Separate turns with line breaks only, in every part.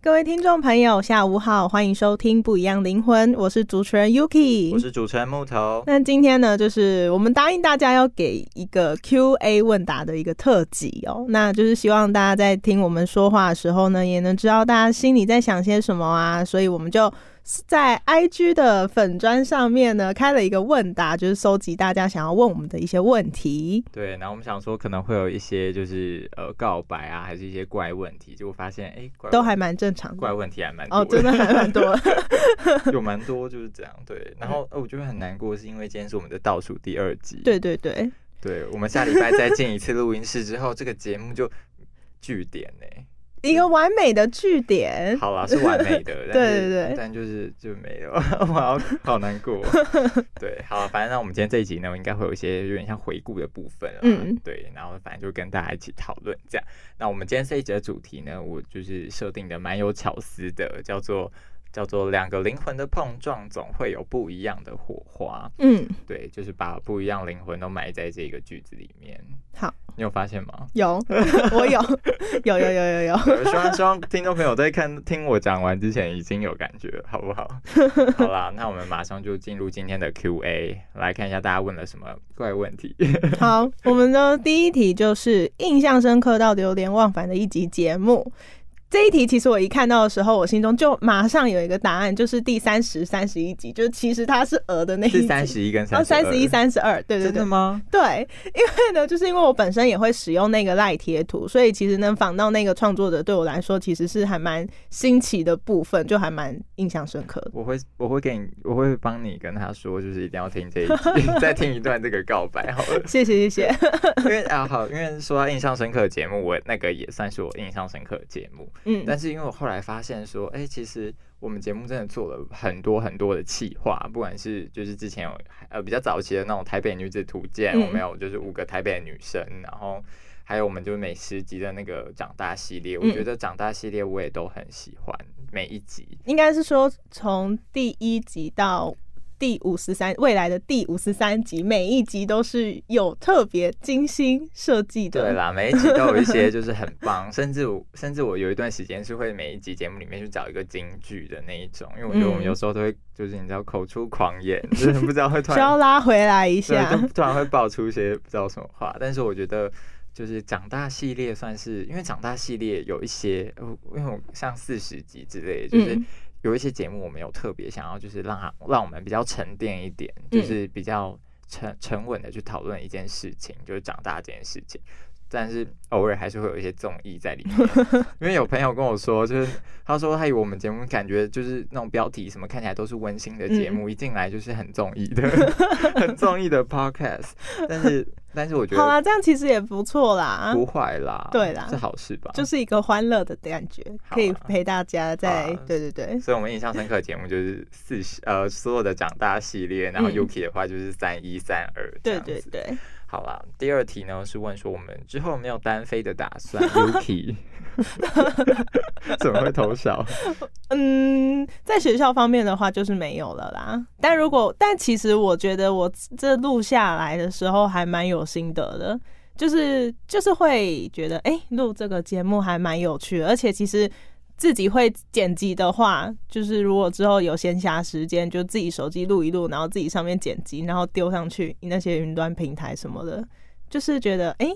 各位听众朋友，下午好，欢迎收听《不一样灵魂》，我是主持人 Yuki，
我是主持人木头。
那今天呢，就是我们答应大家要给一个 Q&A 问答的一个特辑哦，那就是希望大家在听我们说话的时候呢，也能知道大家心里在想些什么啊，所以我们就。在 IG 的粉砖上面呢，开了一个问答，就是收集大家想要问我们的一些问题。
对，然后我们想说可能会有一些就是呃告白啊，还是一些怪问题，结果发现哎、怪
都还蛮正常的
怪问题还蛮多
哦，真的还蛮多。
有蛮多就是这样。对，然后、呃我觉得很难过，是因为今天是我们的倒数第二集。
对对对，
对，我们下礼拜再进一次录音室之后，这个节目就据点呢、
一个完美的据点。
好啦，是完美 的，但
对
是
对对
但就是就没有， 我好好难 过。对，好啦，反正那我们今天这一集呢，应该会有一些有点像回顾的部分啊，
嗯
对，然后反正就跟大家一起讨论这样。那我们今天这一集的主题呢，我就是设定的蛮有巧思的，叫做叫做两个灵魂的碰撞，总会有不一样的火花。
嗯，
对，就是把不一样灵魂都埋在这个句子里面。
好，
你有发现吗？
有， 我有，有有有有有。
对希望希望听众朋友在看听我讲完之前已经有感觉了，好不好？好啦，那我们马上就进入今天的 Q&A，来看一下大家问了什么怪问题。
好，我们的第一题就是印象深刻到流连忘返的一集节目。这一题其实我一看到的时候，我心中就马上有一个答案，就是第三十、三十一集，就是其实它是鹅的那一
是
集，
三十一跟三
哦，
十
三十一、三十二，对对
真
对
的，吗？
对，因为呢，就是因为我本身也会使用那个赖贴图，所以其实能仿到那个创作者，对我来说其实是还蛮新奇的部分，就还蛮印象深刻的。
我会我会给你，我会帮你跟他说，就是一定要听这一集，再听一段这个告白好 了。
谢谢谢谢，
因为啊好，因为说到印象深刻的节目，我那个也算是我印象深刻的节目。
嗯，
但是因为我后来发现说，哎、其实我们节目真的做了很多很多的企划，不管是就是之前有呃比较早期的那种台北女子图鉴，
嗯
我们有就是五个台北的女生，然后还有我们就是每十集的那个长大系列，我
嗯
觉得长大系列我也都很喜欢每一集。
应该是说从第一集到第五十三，未来的第五十三集，每一集都是有特别精心设计的。
对，啦，每一集都有一些就是很 棒，甚至我甚至我有一段时间是会每一集节目里面去找一个金句的那一种，因为我觉得我
嗯
们有时候都会就是你知道口出狂言，就是不知道会突
需
然
要拉回来一
对，
下
就。突然会爆出一些不知道什么话。但是我觉得，就是长大系列算是，因为长大系列有一些，呃因为我像四十集之类，就是
嗯
有一些节目我们有特别想要，就是让它让我们比较沉淀一点，
嗯
就是比较沉沉稳的去讨论一件事情，就是长大这件事情。但是偶尔还是会有一些综艺在里面， 因为有朋友跟我说，就是他说他以为我们节目感觉就是那种标题什么看起来都是温馨的节
嗯
目，一进来就是很综艺的， 很综艺的 podcast，但是但是我觉
好
得
啦，这样其实也不错啦，
不坏啦，
对啦
是好事吧？
就是一个欢乐的感觉，
好啊
可以陪大家在。
好啊
对对对，
所以我们印象深刻的节目就是四十呃所有的长大系列，然后
嗯
Yuki 的话就是三一三二，
对对对，
好啦，第二题呢是问说我们之后有没有单飞的打 算？Yuki 怎么会投小？
嗯，在学校方面的话，就是没有了啦。但如果，但其实我觉得我这录下来的时候还蛮有心得的，就是就是会觉得，哎、录这个节目还蛮有趣的，而且其实自己会剪辑的话，就是如果之后有闲暇时间，就自己手机录一录，然后自己上面剪辑，然后丢上去那些云端平台什么的，就是觉得，哎、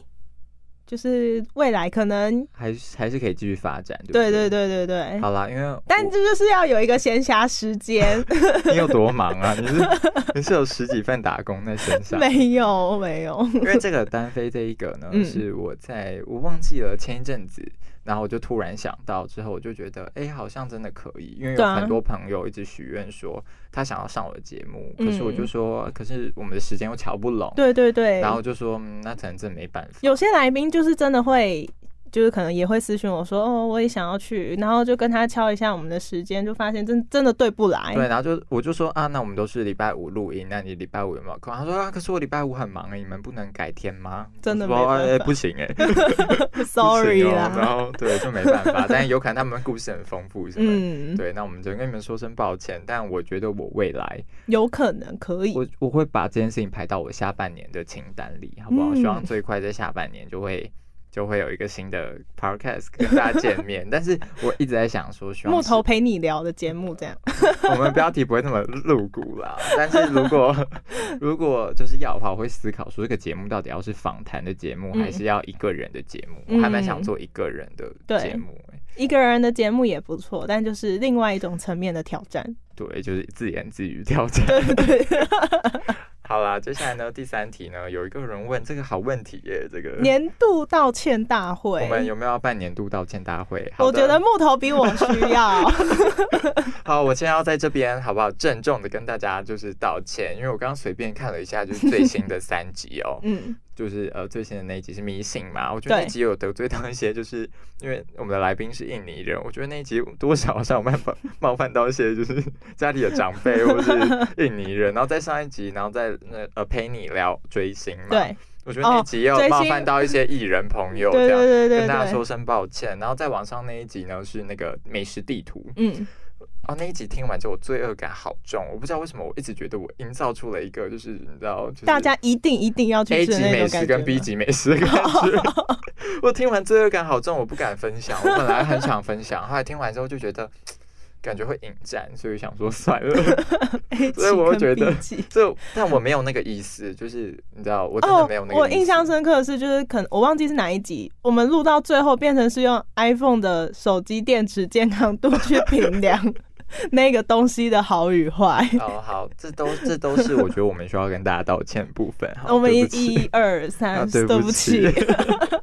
就是未来可能，
还是还是可以继续发展？对不
对
对
对对对对。
好啦，因为
但
我
这就是要有一个闲暇时 间，
你有多忙啊？你是你是有十几份打工在身 上？
没有没有，
因为这个单飞这一个呢，
嗯
是我在我忘记了前一阵子，然后我就突然想到，之后我就觉得，哎、好像真的可以，因为有
对啊
很多朋友一直许愿说他想要上我的节目，可是我就
嗯
说，可是我们的时间又瞧不拢，
对对对，
然后就说、嗯那可能真没办法。
有些来宾就是真的会，就是可能也会私讯我说，哦，我也想要去，然后就跟他敲一下我们的时间，就发现真真的对不来，
对，然后就我就说啊，那我们都是礼拜五录音，那你礼拜五有没有空？他说啊，可是我礼拜五很忙哎，你们不能改天吗？
真的
我说
没办
哎
法
不行哎
s o r r y
不行哦然
啦，
后对就没办法，但有可能他们故事很丰富什么的，
嗯，
对，那我们就跟你们说声抱歉，但我觉得我未来
有可能可以，
我我会把这件事情排到我下半年的清单里，好不好？
嗯
希望最快在下半年就会就会有一个新的 podcast 跟大家见面。 但是我一直在想说，希望
木
是
头陪你聊的节目这 样，
我们标题不会那么露骨啦。但是如 果如果就是要的话，我会思考说这个节目到底要是访谈的节目，
嗯
还是要一个人的节目？
嗯
我还蛮想做一个人的
对
节目、欸。
一个人的节目也不错，但就是另外一种层面的挑战，
对，就是自言自语挑战。
对 对，
好啦，接下来呢，第三题呢，有一个人问这个好问题耶，这个
年度道歉大会，
我们有没有要办年度道歉大会？好
我
的
觉得木头比我需 要，，
好，我现在要在这边好不好？郑重的跟大家就是道歉，因为我刚刚随便看了一下，就是最新的三集哦
嗯，
就是呃最新的那一集是迷信嘛，我觉得
对
那集有得罪到一些，就是因为我们的来宾是印尼人，我觉得那一集多少上有办法冒犯 到一些就是 家里的长辈或是 印尼人，然后在上一集，然后再那呃陪你聊追星嘛，
对，
我觉得那
哦
集也有
追
冒
星
犯到一些艺人 朋友，
对
这样
对对对
跟大家
对
说声抱歉。然后在网上那一集呢是那个美食地图
嗯，
哦，那一集听完之后我罪恶感好重，我不知道为什么我一直觉得我营造出了一个就是你知道就是
大家一定一定要去
嗯
吃
A 级
的那
美
种
食
感觉
跟
吗。
B 级美食的感觉，我听完罪恶感好重，我不敢分享。我本来很想分享，后来听完之后就觉得感觉会引战，所以想说算了。
A
所以我会
级
觉
跟
得
B 级。
这但我没有那个意思，就是你知 道我真的
哦
没有那，个意思。
我印象深刻的是，就是可能我忘记是哪一集，我们录到最后变成是用 iPhone 的手机电池健康度去评量 那个东西的好与 坏。
哦，好，这都这都是我觉得我们需要跟大家道歉的部分。好
我们
啊对
一
不起
一二
啊，
三，
对不
起，
起。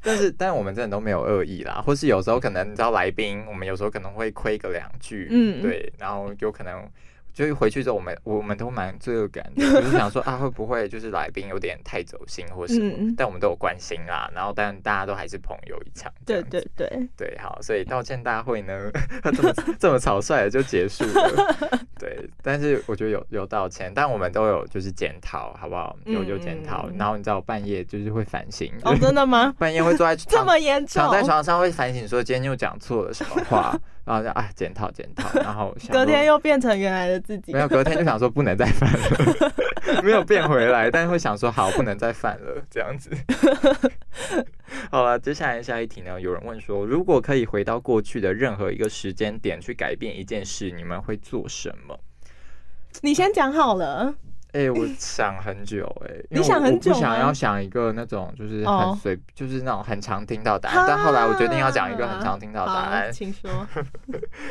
但是，但我们真的都没有恶意啦，或是有时候可能你知道来宾，我们有时候可能会亏个两句，
嗯
对，然后有可能就是回去之后，我们我们都蛮罪恶感的，就是想说 啊，会不会就是来宾有点太走心或什么？
嗯
但我们都有关心啦，然后但大家都还是朋友一场，这
对
样子
对对，
对，好，所以道歉大会呢， 这么这么草率的就结束了。对，但是我觉得有有道歉，但我们都有就是检讨，好不好？有有检讨
嗯，嗯嗯
然后你知道我半夜就是会反省，？
哦，真的吗
半夜会坐 在
这
床
么严重
躺？在床上会反省说今天又讲错了什么话，然后就啊检讨检讨，然后想
隔
说
天又变成原来的自己
没，有隔天就想说不能再 犯了，没有变回来，但是会想说好不能再犯了这 样子。好了，接下来下一题呢？有人问说，如果可以回到过去的任何一个时间点去改变一件事，你们会做什么？
你先讲好了。
哎、我想很久哎、因为
你想
我
很
我不
久
想
吗
要想一个那种就是很
哦
随就是那种很常听到的答案。啊但后来我决定要讲一个很常听到的答
好
案，
请说。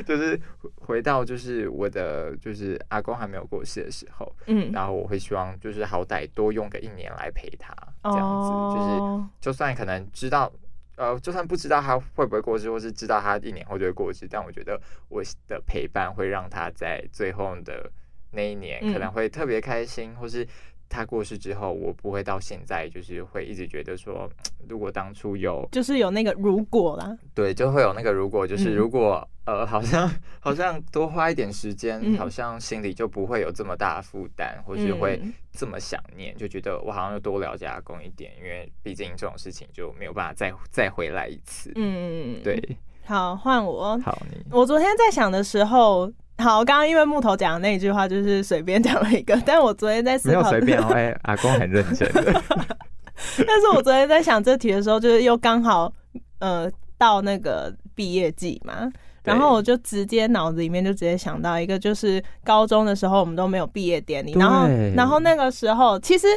就是回到就是我的就是阿公还没有过世的时候，
嗯，
然后我会希望就是好歹多用个一年来陪他，这样子、就是
哦
就算可能知道。呃，就算不知道他会不会过世，或是知道他一年后就会过世，但我觉得我的陪伴会让他在最后的那一年
嗯
可能会特别开心，或是他过世之后，我不会到现在就是会一直觉得说，如果当初有
就是有那个如果啦，
对，就会有那个如果，就是
嗯
如果、呃，好像好像多花一点时间，
嗯
好像心里就不会有这么大的负担，或是会
嗯
这么想念，就觉得我好像又多了解阿公一点，因为毕竟这种事情就没有办法再再回来一次。
嗯，
对，，
好，换我，
好你，
我昨天在想的时候，好，刚刚因为木头讲的那一句话就是随便讲了一个，但我昨天在思
没有
考，
随便 哦，哎、阿公很认真的。
但是我昨天在想这题的时候，就是又刚好呃到那个毕业季嘛，
对
然后我就直接脑子里面就直接想到一个，就是高中的时候我们都没有毕业典礼，
对
然后然后那个时候其实。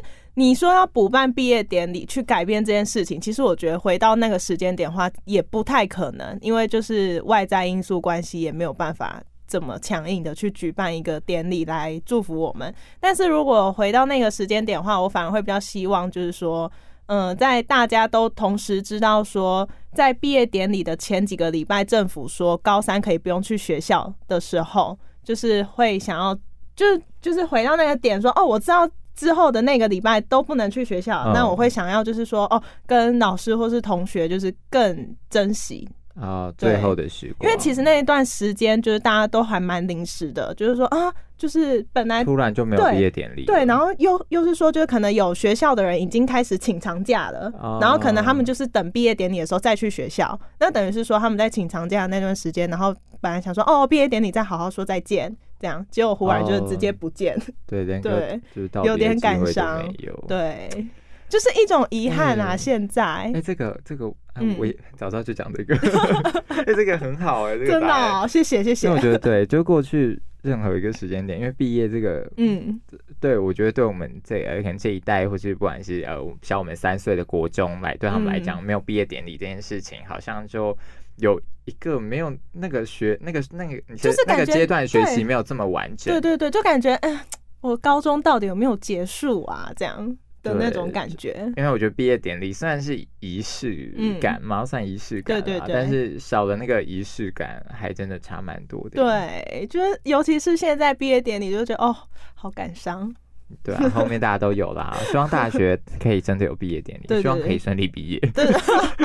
你说要补办毕业典礼去改变这件事情，其实我觉得回到那个时间点的话也不太可能，因为就是外在因素关系也没有办法这么强硬的去举办一个典礼来祝福我们。但是如果回到那个时间点的话，我反而会比较希望就是说，嗯，在大家都同时知道说，在毕业典礼的前几个礼拜，政府说高三可以不用去学校的时候，就是会想要，就是就是回到那个点说，哦，我知道。之后的那个礼拜都不能去学校，
嗯
那我会想要就是说，哦，跟老师或是同学就是更珍惜
啊、
对
最后的时
因
光，
为其实那一段时间就是大家都还蛮临时的，就是说啊，就是本来
突然就没有
对
毕业典礼了，
对，然后又又是说，就是可能有学校的人已经开始请长假了，
哦
然后可能他们就是等毕业典礼的时候再去学校，那等于是说他们在请长假的那段时间，然后本来想说哦，毕业典礼再好好说再见。这样，结果忽然就直接不见，
对，连个
对
就是哦到
有
毕业
点
机
感
会都
伤
没有，
对，就是一种遗憾啊。
嗯
现在
哎、这个这个，哎
嗯
我也早知道就 讲这个，哎、这个很好哎、这个
真的
答案
哦，谢谢谢
因为我
谢，
觉得对，就过去任何一个时间点，因为毕业这个，
嗯
对我觉得对我们这呃可能这一代，或是不管是呃小我们三岁的国中来，对他们来
嗯
讲，没有毕业典礼这件事情，好像就有一个没有那个学那个那个，你
就是
那
感
个
觉
阶段学习
对
没有这么完整，
对对对，就感觉哎、我高中到底有没有结束啊？这样的那种
对
感觉，
因为我觉得毕业典礼虽然是仪式感嘛，算仪式感
嗯
啦，
对对对
但是少了那个仪式感，还真的差蛮多的。
对，就是尤其是现在毕业典礼，就觉得哦，好感伤。
对啊，后面大家都有 啦，希望大学可以真的有毕业典礼，
对对
希望可以顺利毕 业。
对，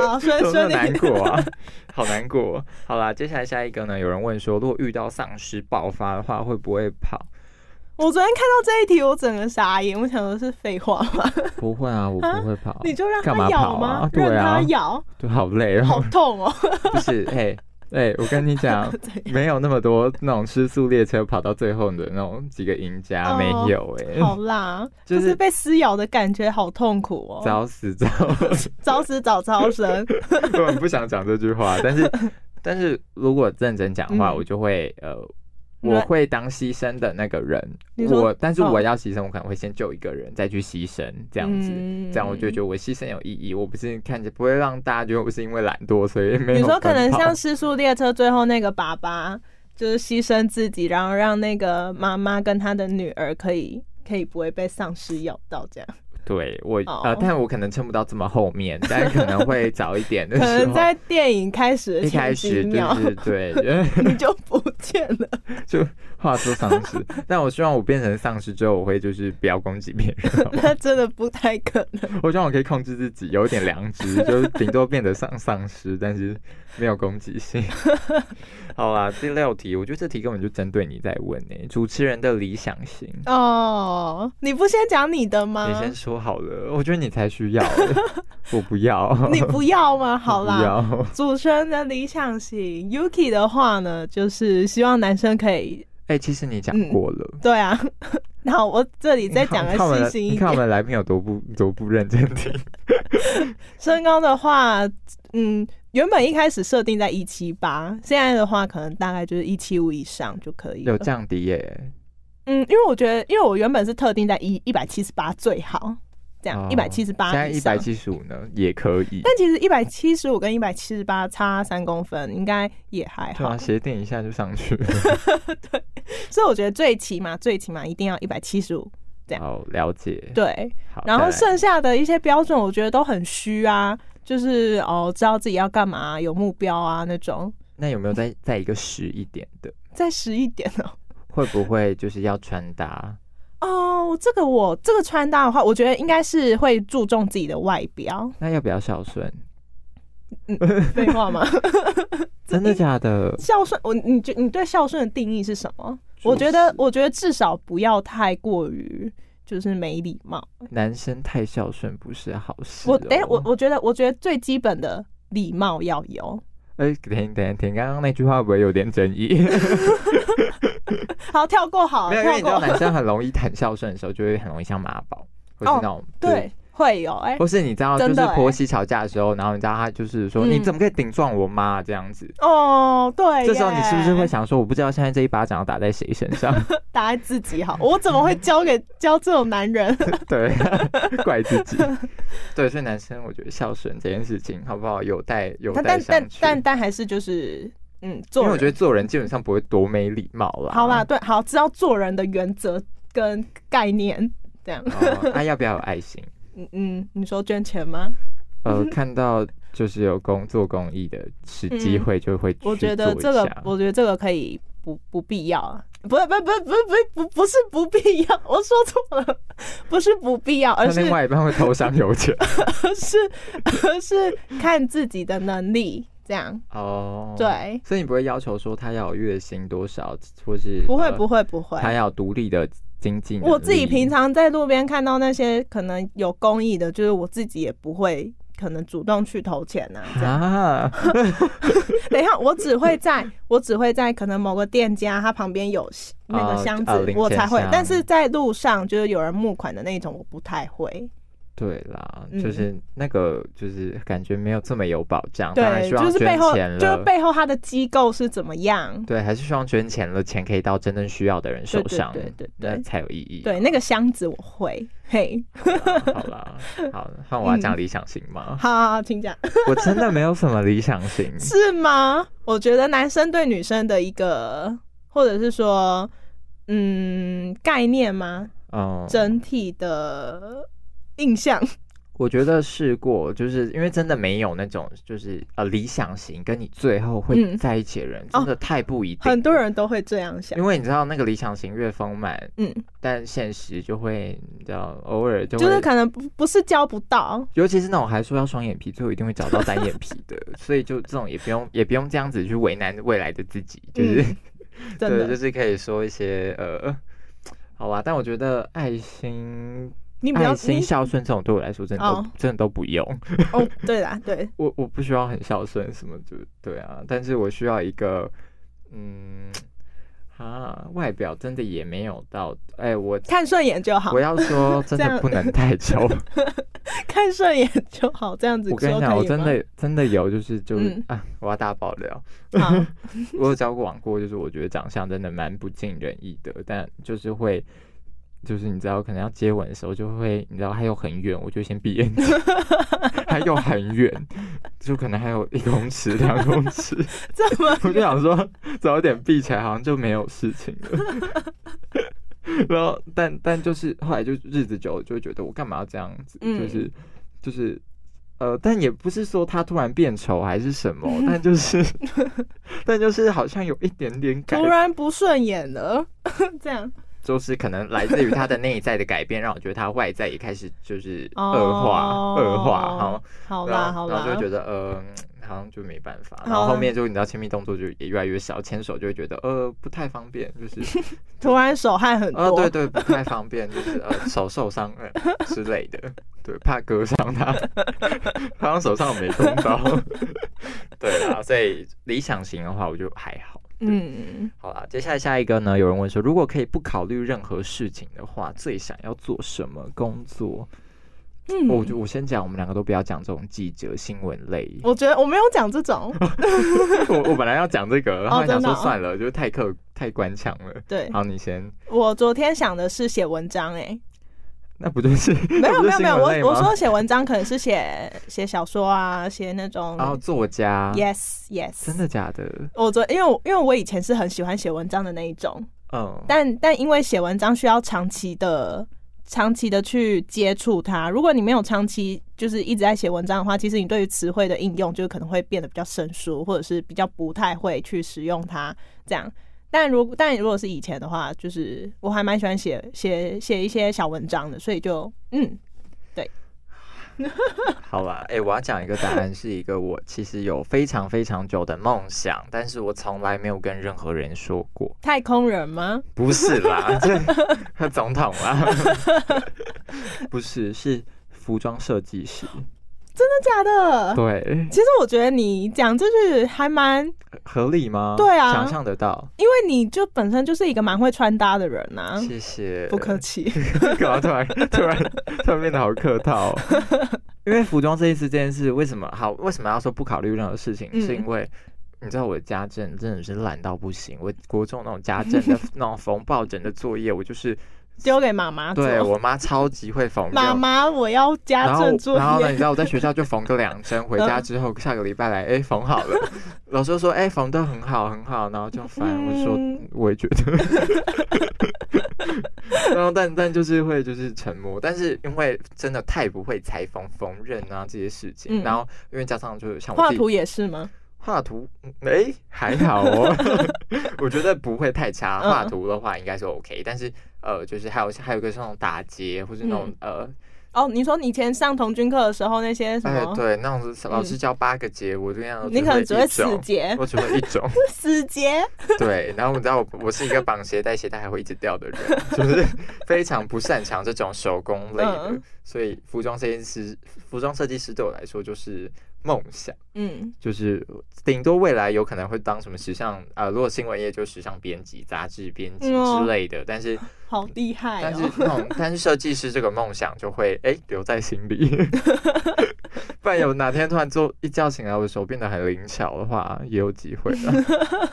好，所以
怎么那
说
么难
你
过啊，好难过。好啦，接下来下一个呢？有人问说，如果遇到丧尸爆发的话，会不会 跑？
我昨天看到这一题，我整个傻眼，我想说是废话吗？
不会啊，我
啊
不会跑。
你就让
干嘛
它咬
跑
吗？
啊对
让
啊
它 咬，
就好累
好
哦，
痛哦！
不是？哎哎，我跟你讲，
怎样
没有那么多那种失速列车跑到最后的那种几个赢家，
哦
没有哎、
好啦，
就
就是是被撕咬的感觉好痛苦哦，
早死早，
早死早超 生。
我很不想讲这句话，但是但是如果认真讲话，
嗯
我就会呃。
你会
我会当牺牲的那个人，
你说
我但是
哦
我要牺牲，我可能会先救一个人，再去牺牲，这样子，
嗯
这样我就觉得我牺牲有意义。我不是看着不会让大家觉得我是因为懒惰，所以没有
你说可
奔
能
跑
像《失速列车》最后那个爸爸，就是牺牲自己，然后让那个妈妈跟他的女儿可以可以不会被丧尸咬到这样。
对我、呃
哦，
但我可能撑不到这么后面，但可能会早一点的
可
时
能
候，
在电影开始的
一开
前几
始
秒，
就是对，对
你就不见了。
就话说丧尸，但我希望我变成丧尸之后，我会就是不要攻击别人，好不好
那真的不太可能。
我希望我可以控制自己，有一点良知，就是顶多变得丧丧尸，但是没有攻击性。 好啦，第六题，我觉得这题根本就针对你在问呢、主持人的理想型。
哦，你不先讲你的吗
你？先说好了，我觉得你才需要欸、我不要，
你不要 吗？好
我
啦，
不要。
主持人的理想型 Yuki 的话呢，就是希望男生可以
哎、其实你讲
嗯
过了，
对啊。 那我这里再讲
你看我们
个
的
细心
你
一
看我
点，
们来宾有多不多不认真听。
身高的话，嗯，原本一开始设定在一七八，现在的话可能大概就是一七五以上就可以了
有。降低耶、
嗯，因为我觉得，因为我原本是特定在一一百七十八最好，这样
哦
一百七十八
现在一
以
百
上。
七十五呢也可以。
但其实一百七十五跟一百七十八差三公分，应该也还
对
好
啊，。鞋垫一下就上去了。
所以我觉得最起码最起码一定要一百七十五。这样
好，了解。，
对，
好。
然后
再来
剩下的一些标准，我觉得都很虚啊，就是哦，知道自己要干嘛、有目标啊那种。
那有没有再再一个实一点的？
再实一点哦。
会不会就是要穿搭？
哦，我这个我这个穿搭的话，我觉得应该是会注重自己的外表，
那要不要孝顺？
废话吗？
真的假的？
孝顺，我你觉你对孝顺的定义是什么？我觉得，我觉得至少不要太过于就是没礼貌。
男生太孝顺不是好事哦、
我等一下我我觉得，我觉得最基本的礼貌要有。
哎、停停停，刚刚那句话会不会有点争议？
好，跳过好，
没有，因
跳
为你知道
过。
男生很容易谈孝顺的时候，就会很容易像妈宝，或 是
哦
那种、就是
对，会有哎、
或是你知道，就
真
是
的欸
婆媳吵架的时候，然后你知道他就是说、
嗯
你怎么可以顶撞我妈这样子？
哦，对耶。
这时候你是不是会想说，我不知道现在这一巴掌要打在谁身上？
打在自己好？我怎么会教 给教这种男人？
对， 怪自 己。对，所以男生我觉得孝顺这件事情，好不好？有待有
但
待
但
商
但
榷。
但但还是就是嗯，
因
做
为
人
我觉得啊做人基本上不会多没礼貌啦。
好啦，对，好，知道做人的原则跟概念，这样。
哦，那、要不要有爱心？
嗯嗯，你说捐钱吗？
呃，看到就是有工做公益的是机
嗯
会，就会去
我觉得
做一
这个
下，
我觉得这个可以不不必要啊，不是不是不是不是不是不不是不必要，我说错了，不是不必要，而
那
是
另外一半会偷香 油钱
而是而是看自己的能力这样。
哦。，
对，
所以你不会要求说他要有月薪多少，或是
不会
呃
不会不会，
他要独立的经济能力。
我自己平常在路边看到那些可能有公益的，就是我自己也不会可能主动去投钱呐、啊。这样，
啊，
等一下，我只会 在我只会在可能某个店家它旁边有那个箱子，
啊零钱
我才会
箱。
但是在路上就是有人募款的那种，我不太会。
对啦，
嗯
就是那个就是感觉没有这么有保障，哦当然
对，
希望
就是背
捐
后
钱
就是
了。
背后它的机构是怎么样。
对，还是希望捐钱了，钱可以到真正需要的人手上，
对对对对对
那才有意义。啊
对，那个箱子我会。嘿，
好啦，好，换我要讲理想型吗？
好好好，请讲。
我真的没有什么理想型，
嗯是吗？我觉得男生对女生的一个，或者是说，嗯，概念吗？
嗯，
整体的印象，
我觉得试过，就是因为真的没有那种就是呃理想型跟你最后会
嗯
在一起的人，
哦
真的太不一定了。
很多人都会这样想
因。为你知道那个理想型越丰满，
嗯，
但现实就会你知道偶尔就会，
就是可能不不是交不到，
尤其是那种还说要双眼皮，最后一定会找到单眼皮 的，所以就这种也不用也不用这样子去为难未来的自己，就是、
嗯真
对，就
的，
是可以说一些呃，好吧，但我觉得爱心。
你不要
爱
你
心孝顺这种对我来说真的都、
哦
真的都不用，
哦，对啦， 对，
我我不需要很孝顺什么就对啊，但是我需要一个嗯啊外表真的也没有到哎、我
看顺眼就好
我，要说，真
这
的
样
不能太 丑。
看顺眼就好，这样子
我跟
说
你讲，
可
我
以
真
吗？
的真的有，就是就是、
嗯
啊，我要大爆料。
好，
我有交过往过，就是我觉得长相真的蛮不尽人意的，但就是会，就是你知道，可能要接吻的时候就会，你知道还有很远，我就先闭 眼睛，还有很远，就可能还有一公尺、两公尺，
这么
我就想说早点闭起来，好像就没有事情了。 然后，但但就是后来就日子久了，就会觉得我干嘛要这样子？
嗯
就是就是呃，但也不是说他突然变丑还是什么，但就是 但就是好像有一点点改
突，然不顺眼了， 这样
就是可能来自于他的内在的改变，让我觉得他外在也开始就是恶化、
哦
恶化，好。
好
然
啦
后
好
啊然后
啦
就会觉，得呃，好像就没办法。
好啊
然后后
啦
面就你知道亲密动作就也越来越少，牵手就会觉得呃不太方便，就是
突然手汗很
呃
多，
对对不太方便，就是呃 手受伤呃之类的，对，怕割伤 他，好像手上有没动到。 对啊，所以理想型的话我就还好。
嗯，
好啦，接下来下一个呢？有人问说，如果可以不考虑任何事情的话，最想要做什么工作？哦
嗯
我就我先讲，我们两个都不要讲这种记者新闻类。
我觉得我没有讲这种，
我我本来要讲这个，然后想
真的
说
哦
算了，就是太客太官腔了。
对
好，你先，
我昨天想的是写文章、 欸，
那不就是
哎，没有
那不
没
就
有
是
没有，
新闻类
我我
吗
说写文章可能是写写小说啊，写那种、
然后作家
yes yes，
真的假的？
我昨因为我因为我以前是很喜欢写文章的那一种，
嗯，
但但因为写文章需要长期的。长期的去接触它，如果你没有长期就是一直在写文章的话，其实你对于词汇的应用就可能会变得比较生疏，或者是比较不太会去使用它这样。但如果但如果是以前的话，就是我还蛮喜欢写写写一些小文章的，所以就嗯，
好吧，哎、我要讲一个答案，是一个我其实有非常非常久的梦想，但是我从来没有跟任何人说过。
太空人吗？
不是 啦，这总统啦， 不是，是服装设计师。
真的假的？
对，
其实我觉得你讲这句还蛮，因
合理吗？
对啊
想象得到。
为你就本身就是一个蛮会穿搭的人呐、
谢谢。
不客气。
干嘛突然突然突然变得好客套、哦？ 因为服装设计师这件事，为什么好？为什么要说不考虑任何事情？
嗯
是因为你知道我的家政真的是懒到不行，我国中那种家政 的那种缝抱枕的作业，我就是
丢给妈妈做。
对我妈超级会缝，
妈妈，我要
然
加
后
正作
然后呢，
业。嗯
你知道我在学校就缝个两针，回家之后下个礼拜来，哎、缝好了。老师说，哎、缝的很好很好，然后就烦。我说
嗯，
我也觉得。然后但但就是会就是沉默，但是因为真的太不会裁缝缝纫啊这些事情，
嗯
然后因为加上就是像我
画
自己
图也是吗？
画图，嗯哎、还好哦， 我觉得不会太差。
嗯
画图的话应该是 OK，但是呃，就是还有还有一个是那种打结或是那种、呃
哦，你说你以前上童军课的时候那些什
哎，
么，
对，那种是老师
嗯
教八个节，我这样
你可能只会
一
死
种，
结，
我只会一种。
死结。
对，然后你知道我我是一个绑鞋带，鞋带还会一直掉 的人，就是非常不擅长这种手工类的
嗯。
所以服装设计师，服装设计师对我来说就是梦想，
嗯
就是顶多未来有可能会当什么时尚呃，如果新闻业就时尚编辑、杂志编辑
嗯哦
之类的，但是。
好厉害
但是
哦！
那种，但是设计师这个梦想就会哎、留在心里， 不然有哪天突然做一觉醒来，我的手变得很灵巧的话，也有机会的。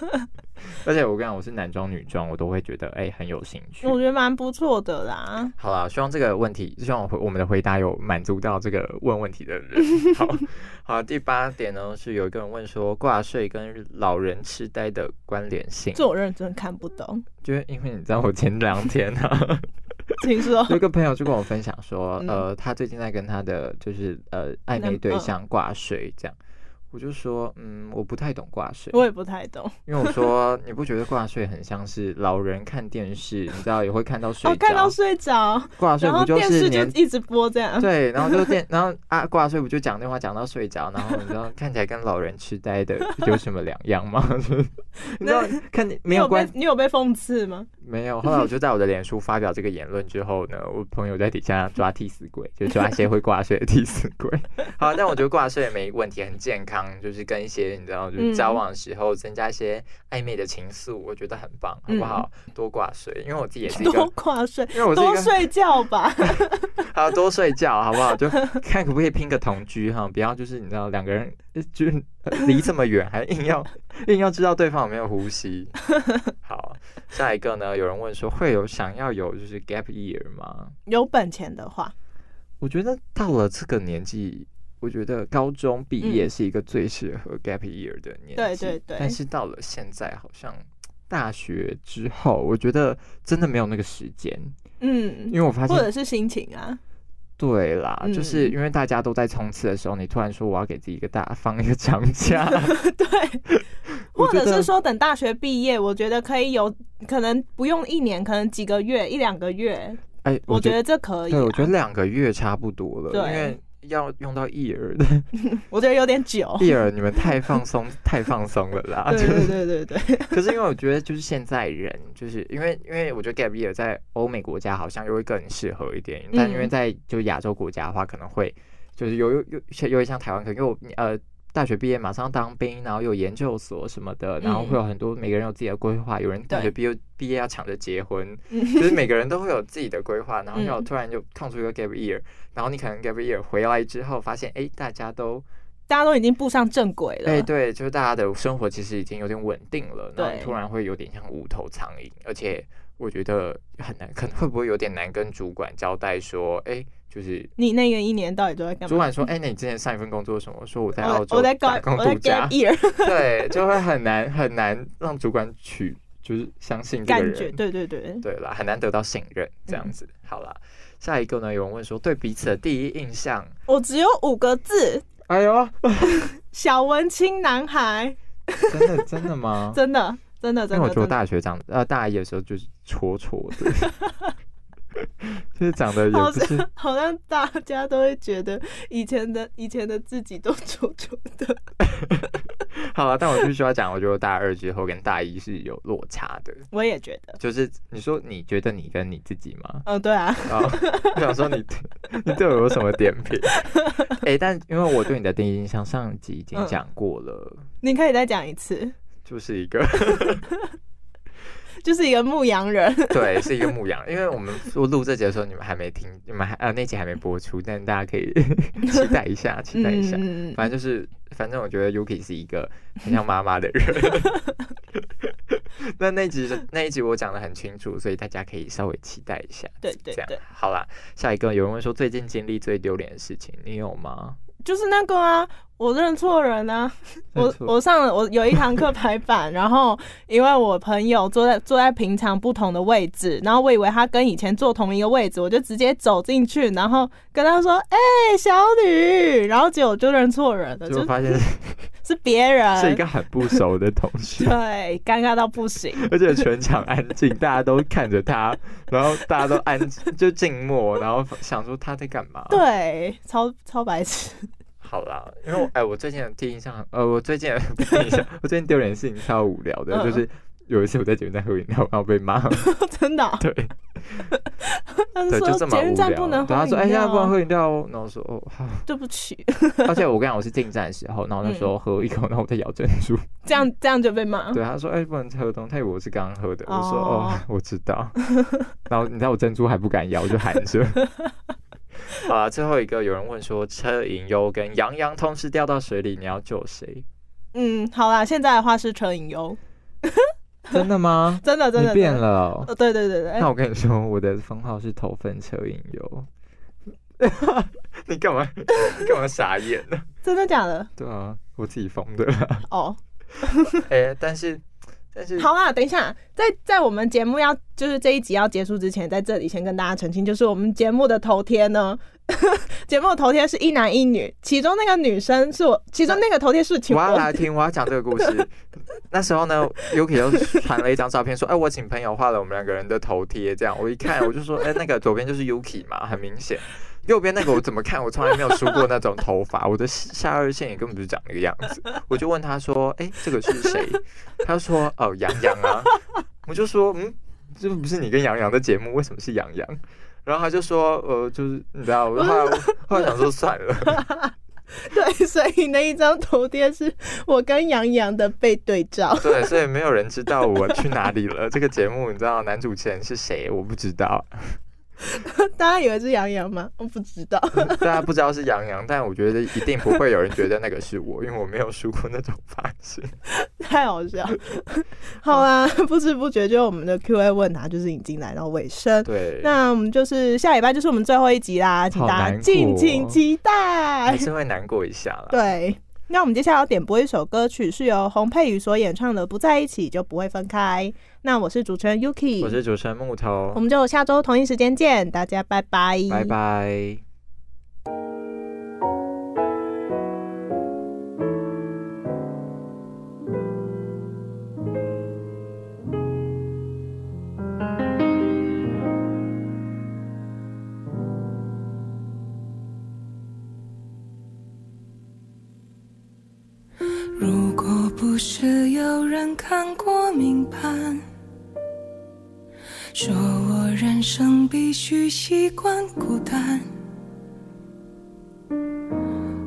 而且我跟你讲，我是男装女装，我都会觉得哎、很有兴趣。
我觉得蛮不错的啦。
好啦，希望这个问题，希望我回我们的回答有满足到这个问问题的人。 好，好，第八点呢是有一个人问说，挂睡跟老人痴呆的关联性，
这我认真看不 懂，
就是因为你知道我前两天啊。
请说。
有一个朋友就跟我分享说，
嗯
呃，他最近在跟他的就是呃暧昧
男
对
嗯
象挂水这样。我就说，嗯，我不太懂挂水，
我也不太懂。
因为我说你不觉得挂睡很像是老人看电视，你知道也会看到睡
哦，看
着
到，睡着，
挂睡
然后
不就
电视
是
就
年
一直播这样。
对，然后就 电，然后啊挂睡不就讲电话讲到睡着，然后你知道看起来跟老人痴呆的有什么两样吗？ 你知道看没
你
有关
被你有被讽刺吗？
没有，后来我就在我的脸书发表这个言论之后呢，我朋友在底下抓替死 鬼，就抓一些会挂睡的替死鬼。好，但我觉得挂睡没问题，很健康，就是跟一些你知道，
嗯
就是交往的时候增加一些暧昧的情愫，我觉得很棒，好不好？多挂睡，因为我自己也是一
嗯多
个，
跨睡，
因为我是
多
一个，
睡觉 吧。
好多睡觉，好不好？就看可不可以拼个同居哈，不要就是你知道两个人呃就呃离这么远，还硬要 硬要知道对方有没有呼吸。好，下一个呢？有人问说，会有想要有就是 gap year 吗？
有本钱的话，
我觉得到了这个年纪，我觉得高中毕业是一个最适合 gap year 的年纪。
对对对
但是到了现在，好像大学之后，我觉得真的没有那个时间，
嗯
因，为我发
或
现
者是心情啊，
对啦，
嗯
就是因为大家都在冲刺的时候，你突然说我要给自己一个大放一个长 假，
对。
我
或
觉得
者是说，等大学毕业，我觉得可以有可能不用一年，可能几个月、一两个月，
哎、
我觉
觉
得这可以啊。
对，我觉得两个月差不多了，
对
因为。要用到 year 的
我觉得有点 久。
year，你们太放松，太放松了 啦。
对
就
对
是
对对对，
可是因为我觉得，就是现在人，就是因为因为我觉得 gap year 在欧美国家好像又会更适合一点，但因为
嗯
在就亚洲国家的话，可能会就是有有有有点像台湾，可能因为我呃大学毕业马上当兵，然后有研究所什么的，然后会有很多每个人有自己的规划，有人大学
嗯对
毕业毕业要抢着结 婚，
嗯
就是每个人都会有自己的规划，然后要
嗯
突然就空出一个 gap year，然后你可能 gap year 回来之后发现，哎、大家都
大家都已经步上正轨了。
对哎对，就是大家的生活其实已经有点稳定了，然后你
对
突然会有点像无头苍蝇，而且我觉得很难，可能会不会有点难跟主管交代说，哎、就是
你那个一年到底都在干
主
嘛？
管说，哎、那你之前上一份工作是什么？我说我在澳
我
洲
我在搞
打工
我在
度假
gap，year
对，就会很难很难让主管取，就是相信这个
感觉，
人，
对对对，
对啦，很难得到信任这样
嗯
子。好啦，下一个呢，有人问说对彼此的第一印象，
我只有五个字，
哎呦，
小文青男孩，
真的真的吗？
真的，真的
因
真
为我
的
觉得我
真的
大学长呃大一的时候就是戳戳的， 就是长得也
好
不是
像好像大家都会觉得以前的以前的自己都丑丑的，
好了、但我必须要讲，我觉得我大二之后跟大一是有落差的。
我也觉得，
就是你说你觉得你跟你自己吗？
嗯，对啊，
啊，我想说你你对我有什么点 评？哎、但因为我对你的第一印象上集已经
嗯
讲过了，
你可以再讲一次，
就是一 个
就是一个牧羊 人，
对，是一个牧羊。因为我们我录这集的时候，你们还没听，你们还呃那集还没播出，但大家可以 期待一下，期待一下。
嗯，嗯嗯
反正就是，反正我觉得 Yuki 是一个很像妈妈的 人。那那一集那一集我讲的很清楚，所以大家可以稍微期待一下。
对对
这样
对，
好啦，下一个有人问说最近经历最丢脸的事情，你有吗？
就是那个啊，我认错人 啊，我我上了我有一堂课排版，然后因为我朋友坐在坐在平常不同的位置，然后我以为他跟以前坐同一个位置，我就直接走进去，然后跟他说：“哎、小女。”然后结果就认错人了，
就
就
发现
是呃别人，
是一个很不熟的同学，
对，尴尬到不行。
而且全场安静，大家都看着他，然后大家都安静就静默，然后想说他在干嘛？，
对，超超白痴，
好啦，因为我哎、我最近的第一印象很，呃，我最近 的第一印象，我最近丢脸的事情超无聊的，就
嗯
是有一次我在捷运站喝饮料，然后被骂，
真的哦、
对
他
对，就
说
这么
捷运
无
站不
聊。
能
对他
喝
说，哎，
饮
现
料
在不能
啊，
喝饮料哦，然后我说哦好，
对不起，
而且我跟你讲，我是进站的时候，然后那时候
嗯
喝一口，然后我在咬珍珠。
这样这样就被骂。
嗯对，他说：“哎、不能喝东西。”他以为我是刚喝的。我说：“
嗯哦
哦，我知道。” 然后你知道我珍珠还不敢咬，我就含着。好啊，最后一个有人问说：“车银优跟杨洋同时掉到水里，你要救 谁
嗯，好啦，现在的话是车影优，？”
真的吗？
真的真
你
的
变
真的
了哦、
呃，对对对对，
那我跟你说，我的封号是头份车银优。 你干嘛？你干嘛傻眼呢？
哎真的假的？
对啊，我自己封的啦。
哦，
哎、但是，但是，
好啦，等一下，在在我们节目要就是这一集要结束之前，在这里先跟大家澄清，就是我们节目的头贴呢， 节目的头贴是一男一女，其中那个女生是我，其中那个头贴是请
我要
我，
来听，我要讲这个故事。 那时候呢，Yuki 又传了一张照片，说：“哎、我请朋友画了我们两个人的头贴。”这样，我一看，我就说：“哎、那个左边就是 Yuki 嘛，很明显。右边那个我怎么看？我从来没有梳过那种头发，我的下颚线也根本不是长那个样子。”我就问他说：“哎、这个是谁？” 他说：“哦，杨洋啊。”我就说：“嗯，这不是你跟杨洋的节目，为什么是杨洋？”然后他就说：“呃，就是你知道，我后来我后来想说算了。”
对，所以那一张头贴是我跟杨洋的被对照，
对，所以没有人知道我去哪里了。这个节目你知道男主持人是谁？我不知道，
大家以为是杨洋吗？我不知道，
大家不知道是杨洋，但我觉得一定不会有人觉得那个是我，因为我没有梳过那种发 型。
太好笑。 好啦，不知不觉就我们的 Q&A 问答就是已经来到尾声。
对，
那我们就是下礼拜就是我们最后一集啦，请大家
好难过
敬请期待
还。是会难过一下啦。
对，那我们接下来要点播一首歌曲，是由洪佩瑜所演唱的《不在一起就不会分开》。那我是主持人 Yuki，
我是主持人木
我
头，
们就下周同一时间见，大家拜拜，
拜拜。
如果不是有人看过明盘，说我人生必须习惯孤单，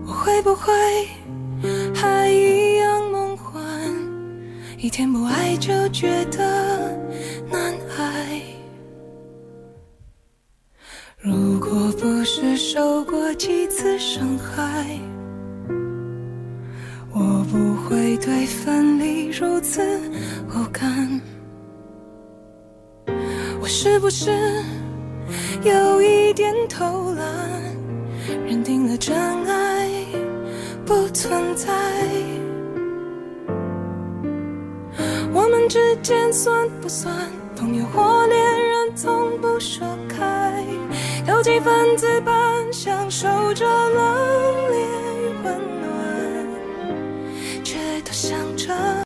我会不会还一样梦幻？一天不爱就觉得难挨。如果不是受过几次伤害。我不会对分离如此无感。我是不是有一点偷懒，认定了真爱不存在？我们之间算不算朋友或恋人？从不说开，有几分自扮相